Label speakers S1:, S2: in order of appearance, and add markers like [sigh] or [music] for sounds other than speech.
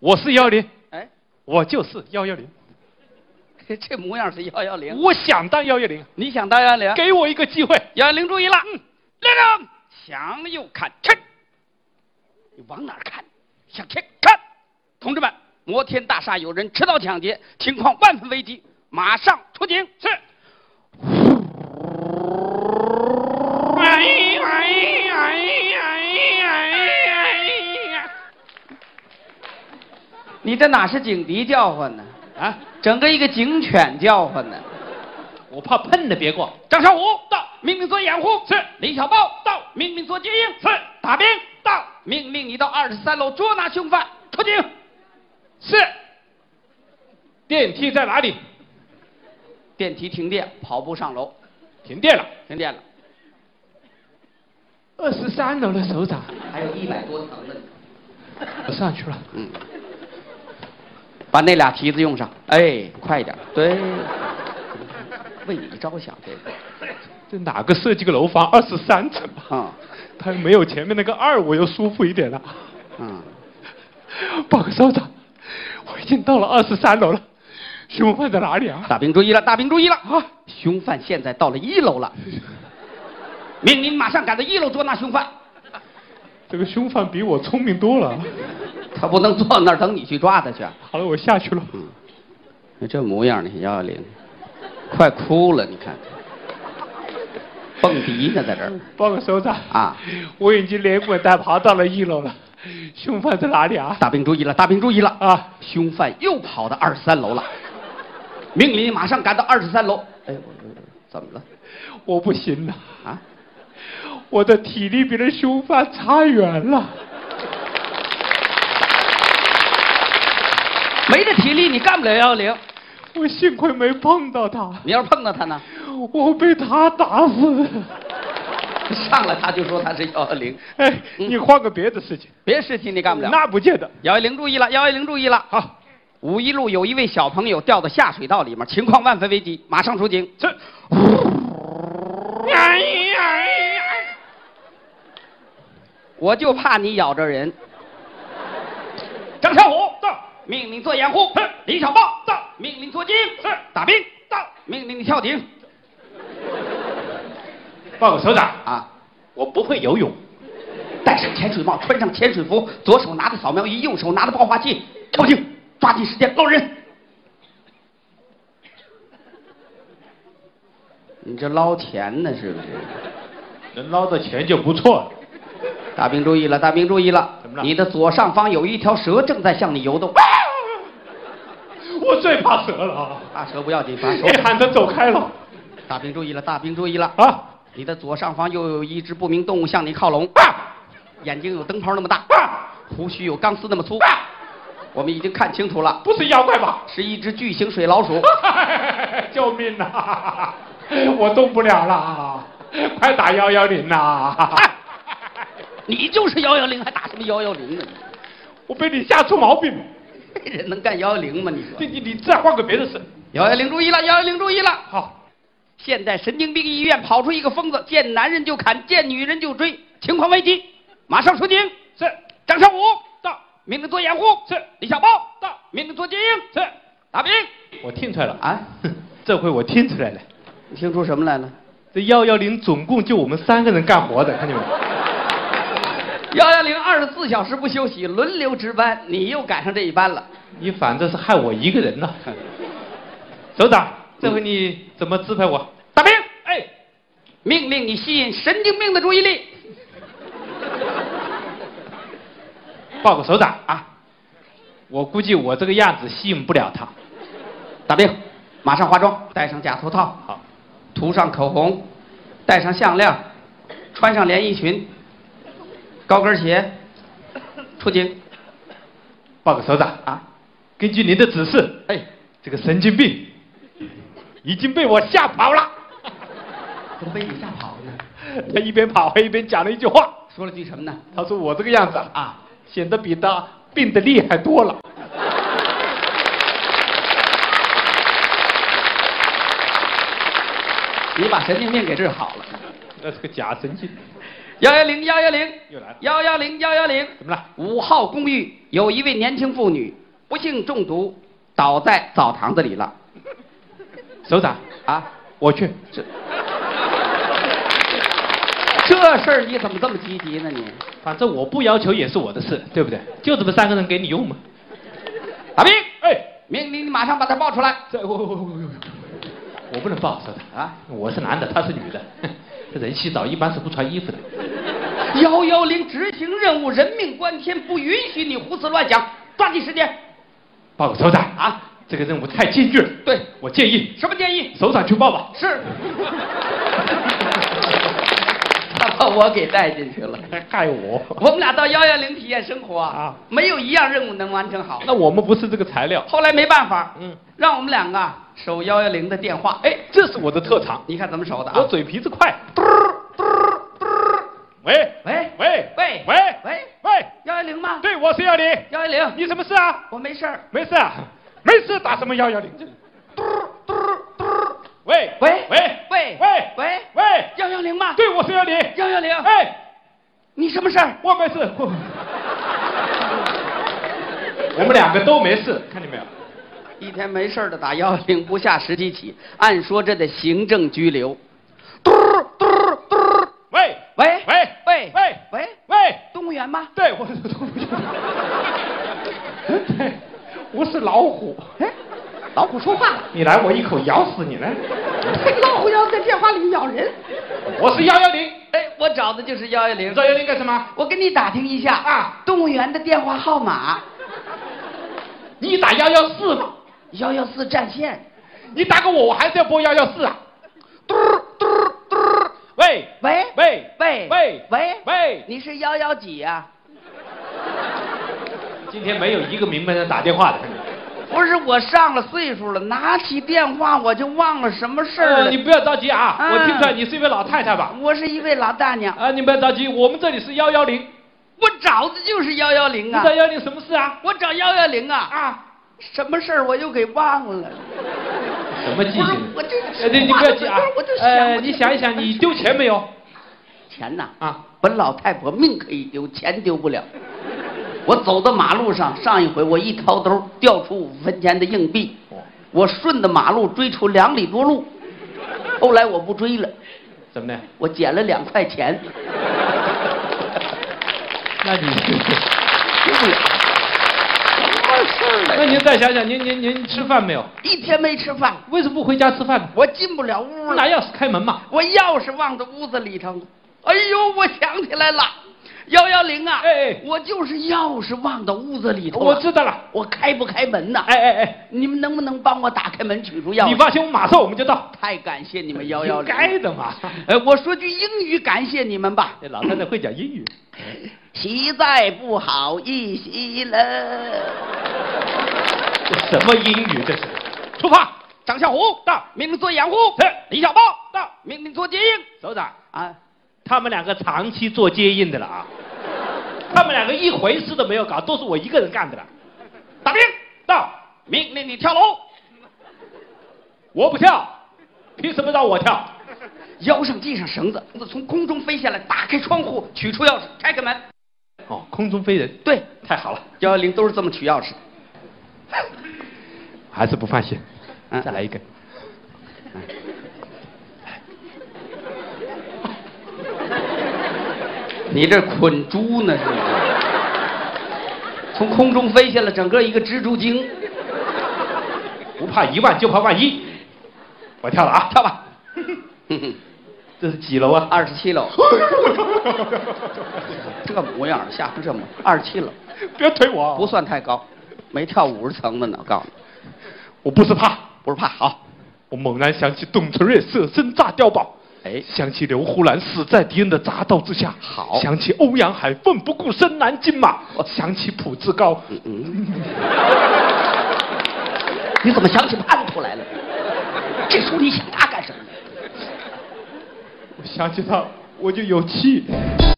S1: 我是幺零，
S2: 哎， [laughs]
S1: 我就是幺幺零，
S2: 这模样是幺幺零，啊
S1: 我想当幺幺零，
S2: 你想当幺幺零？
S1: 给我一个机会。
S2: 幺幺零注意了，立正，向右看，看，你往哪儿看？向前看，同志们，摩天大厦有人持刀抢劫，情况万分危急，马上出警。是。哎哎哎哎哎哎！你这哪是警笛叫唤呢？
S1: 啊，
S2: 整个一个警犬叫唤呢。
S1: 我怕喷的，别过。
S2: 张少武到，命令做掩护；是李小豹到，命令做接应；是打兵到，命令你到二十三楼捉拿凶犯，出警。
S1: 是，电梯在哪里？
S2: 电梯停电，跑步上楼，
S1: 停电了。
S2: 停电了，
S1: 二十三楼的首长，
S2: 还有一百多层呢。
S1: 我上去了。
S2: 嗯，把那俩蹄子用上，哎，快一点，对，为你着想，这个，
S1: 这哪个设计个楼房二十三层啊？
S2: 嗯
S1: 他没有前面那个二，我又舒服一点了。
S2: 嗯，
S1: 报告首长，我已经到了二十三楼了，凶犯在哪里啊？
S2: 大兵注意了，大兵注意了
S1: 啊！
S2: 凶犯现在到了一楼 [laughs] 了，命令马上赶到一楼捉拿凶犯。
S1: 这个凶犯比我聪明多了。
S2: 他不能坐那儿等你去抓他去。
S1: 好了，我下去了。
S2: 嗯你这模样，你幺幺零，快哭了，你看，蹦迪呢在这儿。
S1: 报告首长
S2: 啊，
S1: 我已经连滚带爬到了一楼了，凶犯在哪里啊？
S2: 大兵注意了，大兵注意了啊！
S1: 啊，
S2: 凶犯又跑到二十三楼了，命令你马上赶到二十三楼。哎，我我我怎么了？
S1: 我不行了，
S2: 啊，
S1: 我的体力比那凶犯差远了。
S2: 没这体力你干不了幺幺零。
S1: 我幸亏没碰到他，
S2: 你要是碰到他呢，
S1: 我被他打死的。
S2: 上来他就说他是幺幺零，
S1: 哎，你换个别的事情，
S2: 别事情你嗯干不了。
S1: 那不见得。
S2: 幺幺零注意了，幺幺零注意了。
S1: 好，
S2: 五一路有一位小朋友掉到下水道里面，情况万分危急，马上出警。
S1: 这
S2: 我就怕你咬着人。张小虎到，命令做掩护；是李小豹到，命令做接应；是打兵到，命令你跳井
S1: 报告首长，
S2: 啊！
S1: 我不会游泳。
S2: 戴上潜水帽，穿上潜水服，左手拿着扫描仪，右手拿着爆发器，跳井，抓紧时间捞人。你这捞钱呢是不是？
S1: 能捞到钱就不错了。
S2: 大兵注意了，大兵注意了！
S1: 怎么了
S2: 你的左上方有一条蛇正在向你游动。
S1: [laughs] 我最怕蛇了啊！
S2: 大蛇不要紧，把手
S1: 别喊他走开了
S2: 大兵注意了，大兵注意了！
S1: 啊！
S2: 你的左上方又有一只不明动物向你靠拢，
S1: 啊
S2: 眼睛有灯泡那么大，
S1: 啊！
S2: 胡须有钢丝那么粗。我们已经看清楚了，
S1: 不是妖怪吧？
S2: 是一只巨型水老
S1: [laughs]
S2: 鼠。
S1: 救命啊！ [laughs] 我动不了了啊，快打幺幺零啊呐！
S2: 你就是幺幺零，还打什么幺幺零呢？
S1: [laughs] 我被你吓出毛病了。
S2: 这人能干幺幺零吗？你说
S1: 你你你再换个别的事。
S2: 幺幺零注意了，幺幺零注意了！
S1: 好，
S2: 现在神经病医院跑出一个疯子，见男人就砍，见女人就追，情况危急，马上出警。
S1: 是
S2: 张少武到，命令做掩护；
S1: 是
S2: 李小豹到，命令做接应；
S1: 是，
S2: 打兵
S1: 我听出来了啊，
S2: 啊！
S1: 这回我听出来了。
S2: [laughs] 你听出什么来了？
S1: 这幺幺零总共就我们三个人干活的，看见没有？
S2: [laughs] 幺幺零二十四小时不休息，轮流值班，你又赶上这一班了。
S1: 你反正是害我一个人呐。首长，这回你怎么支配我？
S2: 大兵，
S1: 哎，
S2: [laughs] 命令你吸引神经病的注意力
S1: 报告首长，
S2: 啊！
S1: 我估计我这个样子吸引不了他。
S2: 大兵，马上化妆，戴上假头套，
S1: 好，
S2: 涂上口红，戴上项链，穿上连衣裙，高跟鞋，出警
S1: 报告首长，
S2: 啊！
S1: 根据您的指示，
S2: 哎，
S1: 这个神经病已经被我吓跑了。
S2: 怎么被你吓跑呢？
S1: 他一边跑还一边讲了一句话，
S2: 说了句什么呢？
S1: 他说我这个样子啊，
S2: 啊，
S1: 显得比他病得厉害多了。
S2: 你把神经病给治好了。
S1: 那是个假神经，
S2: 幺幺零幺幺零
S1: 又来了，
S2: 幺幺零幺幺零。
S1: 怎么了？
S2: 五号公寓有一位年轻妇女，不幸中毒，倒在澡堂子里了。
S1: 嗯
S2: 首长啊，我去。这这事儿你怎么这么积极呢你？
S3: 反正我不要求也是我的事，对不对？就这么三个人给你 [laughs] 用嘛。
S2: 阿兵，
S1: 哎，
S2: 命令你马上把他抱出来。
S3: 这我我我我我不能抱首长啊，我是男的，她是女的，这人洗澡一般是不穿衣服的。
S1: 嗯
S2: 幺幺零执行任务，人命关天，不允许你胡思乱想，抓紧时间。
S3: 报告首长
S2: 啊
S3: 啊，这个任务太艰巨了，
S2: 对，
S3: 我建议
S2: 什么建议？
S3: 首长去报吧。
S1: [laughs]
S2: 是，他把我给带进去了。
S3: 还哎害我？
S2: [laughs] 我们俩到幺幺零体验生活啊
S3: 啊，
S2: 没有一样任务能完成好。
S3: 那我们不是这个材料。
S2: 后来没办法，
S3: 嗯，
S2: 让我们两个啊守幺幺零的电话。哎，
S3: 哎，这是我的特长，
S2: 你看怎么守的
S3: 我
S2: 啊？
S3: 嘴皮子快。
S2: 嘟儿嘟儿嘟儿，
S1: 喂
S2: 喂
S1: 喂
S2: 喂
S1: 喂
S2: 喂，
S1: 喂，
S2: 幺幺零吗？
S1: 对，我是幺零，
S2: 幺幺零，
S1: 你什么事啊？
S2: 我没事儿。
S1: 没事啊，没事，打什么幺幺零？
S2: 嘟儿嘟儿嘟儿，
S1: 喂
S2: 喂
S1: 喂
S2: 喂
S1: 喂
S2: 喂，
S1: 喂，
S2: 幺幺零吗？，
S1: 对，我是幺零。
S2: 幺幺零，
S1: 哎，
S2: 你什么事儿？
S1: 我没事。我 [laughs] 我们两个都没事，看见没有？
S2: 一天没事儿的打幺幺零，不下十几起，按说这得行政拘留。嘟儿嘟儿嘟儿，
S1: 喂
S2: 喂
S1: 喂
S2: 喂
S1: 喂
S2: 喂，
S1: 喂，
S2: 动物园吗？
S1: 对我是动物园， [laughs] 对，我是老虎。
S2: 哎，老虎说话了，
S1: 你来，我一口咬死你来！
S2: 老虎要在电话里咬人。
S1: 我是幺幺零，
S2: 哎，我找的就是幺幺
S1: 你
S2: 零
S1: 知，道幺幺零干什么？
S2: 我给你打听一下
S1: 啊，
S2: 动物园的电话号码
S1: 你打幺幺四嘛，
S2: 幺幺四占线。
S1: 你打给我，我还是要拨幺幺四啊。
S2: 嘟儿嘟儿嘟儿，
S1: 喂
S2: 喂
S1: 喂
S2: 喂
S1: 喂
S2: 喂，
S1: 喂，
S2: 你是幺幺几啊？
S3: 今天没有一个明白人打电话的。
S2: 不是我上了岁数了，拿起电话我就忘了什么事儿了。
S3: 呃你不要着急啊，
S2: 嗯
S3: 我听出来你是一位老太太吧？
S2: 我是一位老大
S1: 呃
S2: 娘，
S3: 啊，你不要着急，我们这里是幺幺零，
S2: 我找的就是幺幺零
S3: 你
S2: 啊
S3: 找，幺零什么事啊？
S2: 我找幺幺零啊
S3: 啊，
S2: 什么事儿我又给忘了。
S3: 什么记
S2: 不是
S3: 性？
S2: 我这
S3: 呃，你你不要急啊
S2: 不是我就，想
S3: 呃，
S2: 我就
S3: 你想一想，你丢钱没有？
S2: 钱呐
S3: 啊，
S2: 本老太婆命可以丢，钱丢不了。我走到马路上，上一回我一掏兜掉出五分钱的硬币，
S3: 哦
S2: 我顺着马路追出两里多路，后来我不追了，
S3: 怎么的？
S2: 我捡了两块钱，
S3: 那你， [laughs]
S2: 丢不了。什么事儿
S3: 那您再想想，您您您吃饭没有？
S2: 一天没吃饭，
S3: 为什么不回家吃饭呢？
S2: 我进不了屋了
S3: 拿。钥匙开门嘛。
S2: 我钥匙忘在屋子里头了。哎呦，我想起来了，幺幺零啊！
S3: 哎哎
S2: 我就是钥匙忘到屋子里头了。啊
S3: 我知道了。
S2: 我开不开门呢？
S3: 哎，哎
S2: 你们能不能帮我打开门取出
S3: 哎，
S2: 钥匙？
S3: 你放心，我马上我们就到。
S2: 太感谢你们幺幺
S3: 应
S2: 零。
S3: 该的
S2: [laughs]
S3: 嘛。
S2: 哎，我说句英语感谢你们吧。
S3: 老太太会讲英语。
S2: 实在不好意思了。
S3: 这什么英语这是？出发！
S2: 张小虎到，命令做掩护。
S3: 是
S2: 李小豹到，命令做接应。
S3: 首长，
S2: 啊，
S3: 他们两个长期做接应的了啊，他们两个一回事都没有搞，都是我一个人干的了。
S2: 大兵
S3: 到，
S2: 命令你跳楼。
S3: 我不跳，凭什么让我跳？
S2: 腰上系上绳子，绳子从空中飞下来，打开窗户，取出钥匙，开开门。
S3: 哦，空中飞人，
S2: 对，
S3: 太好了，
S2: 幺幺零都是这么取钥匙。
S3: 还是不放心
S2: 嗯，
S3: 再来一个。
S2: 你这捆猪呢是吗？从空中飞下来，整个一个蜘蛛精。
S3: 不怕一万，就怕万一。我跳了啊，跳
S1: [laughs]
S3: 吧。这是几楼啊？
S2: 嗯二十七 [laughs] 楼，这模样儿吓成这模样，二十七楼
S1: 别推我啊，
S2: 不算太高，没跳五十层的呢。我告诉你，
S1: 我不是怕，
S2: 不是怕好。
S1: 我猛然想起董存瑞舍身炸碉堡，
S2: 哎，
S1: 想起刘胡兰死在敌人的铡刀之下，
S2: 好
S1: 想起欧阳海奋不顾身南京马，想起普志高，
S2: 嗯嗯，你怎么想起叛徒来了？这时候你想他干什么呢？
S1: 我想起他我就有气。